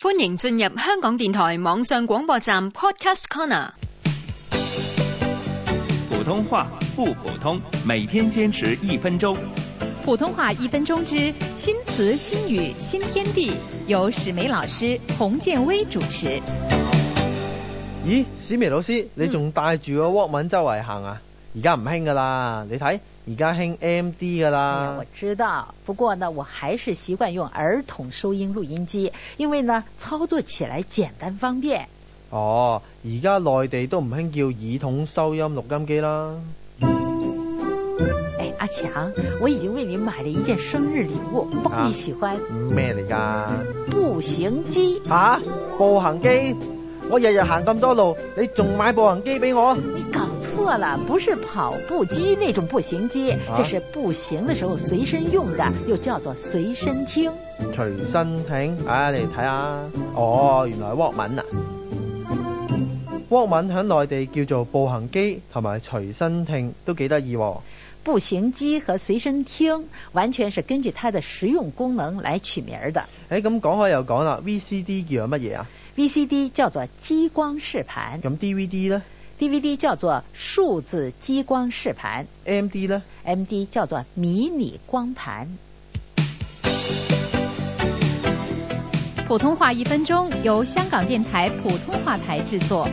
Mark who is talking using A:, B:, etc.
A: 歡迎進入香港電台網上廣播站 Podcast Corner。
B: 普通话不普通，每天坚持一分钟。
C: 普通话一分钟之新词新语新天地，由史梅老师、洪建威主持。
D: 咦，史眉老師，你仲帶住個 Walkman 周圍行啊？而家唔興噶啦，你睇而家興 MD 噶
E: 哎呀
D: 啦
E: 我。知道，不过呢，我还是习惯用儿童收音录音机，因为呢，操作起来简单方便。
D: 哦，而家內地都唔興叫耳筒收音錄音機啦。
E: 哎，阿强，我已经为你买了一件生日礼物，不
D: 啊
E: 你喜欢
D: 咩嚟㗎？
E: 步行机，
D: 吓、步行機？我日日行咁多路，你仲買步行機俾我？
E: 你搞错了，不是跑步机那种步行机，
D: 啊
E: 这是步行的时候随身用的，又叫做随身听。
D: 隨身聽，唉、你嚟睇下。哦，原來係 Walkman 啊。Walkman 喺內地叫做步行機同埋隨身聽，都幾得意喎。
E: 步行机和随身听完全是根据它的实用功能来取名儿的。
D: 誒咁講開又講啦，VCD 叫做乜嘢啊？
E: VCD 叫做激光示盘。
D: 咁 DVD 呢
E: DVD 叫做数字激光示盘
D: m d 呢？
E: ，MD 叫做迷你光盘。
C: 普通话一分钟由香港电台普通话台制作。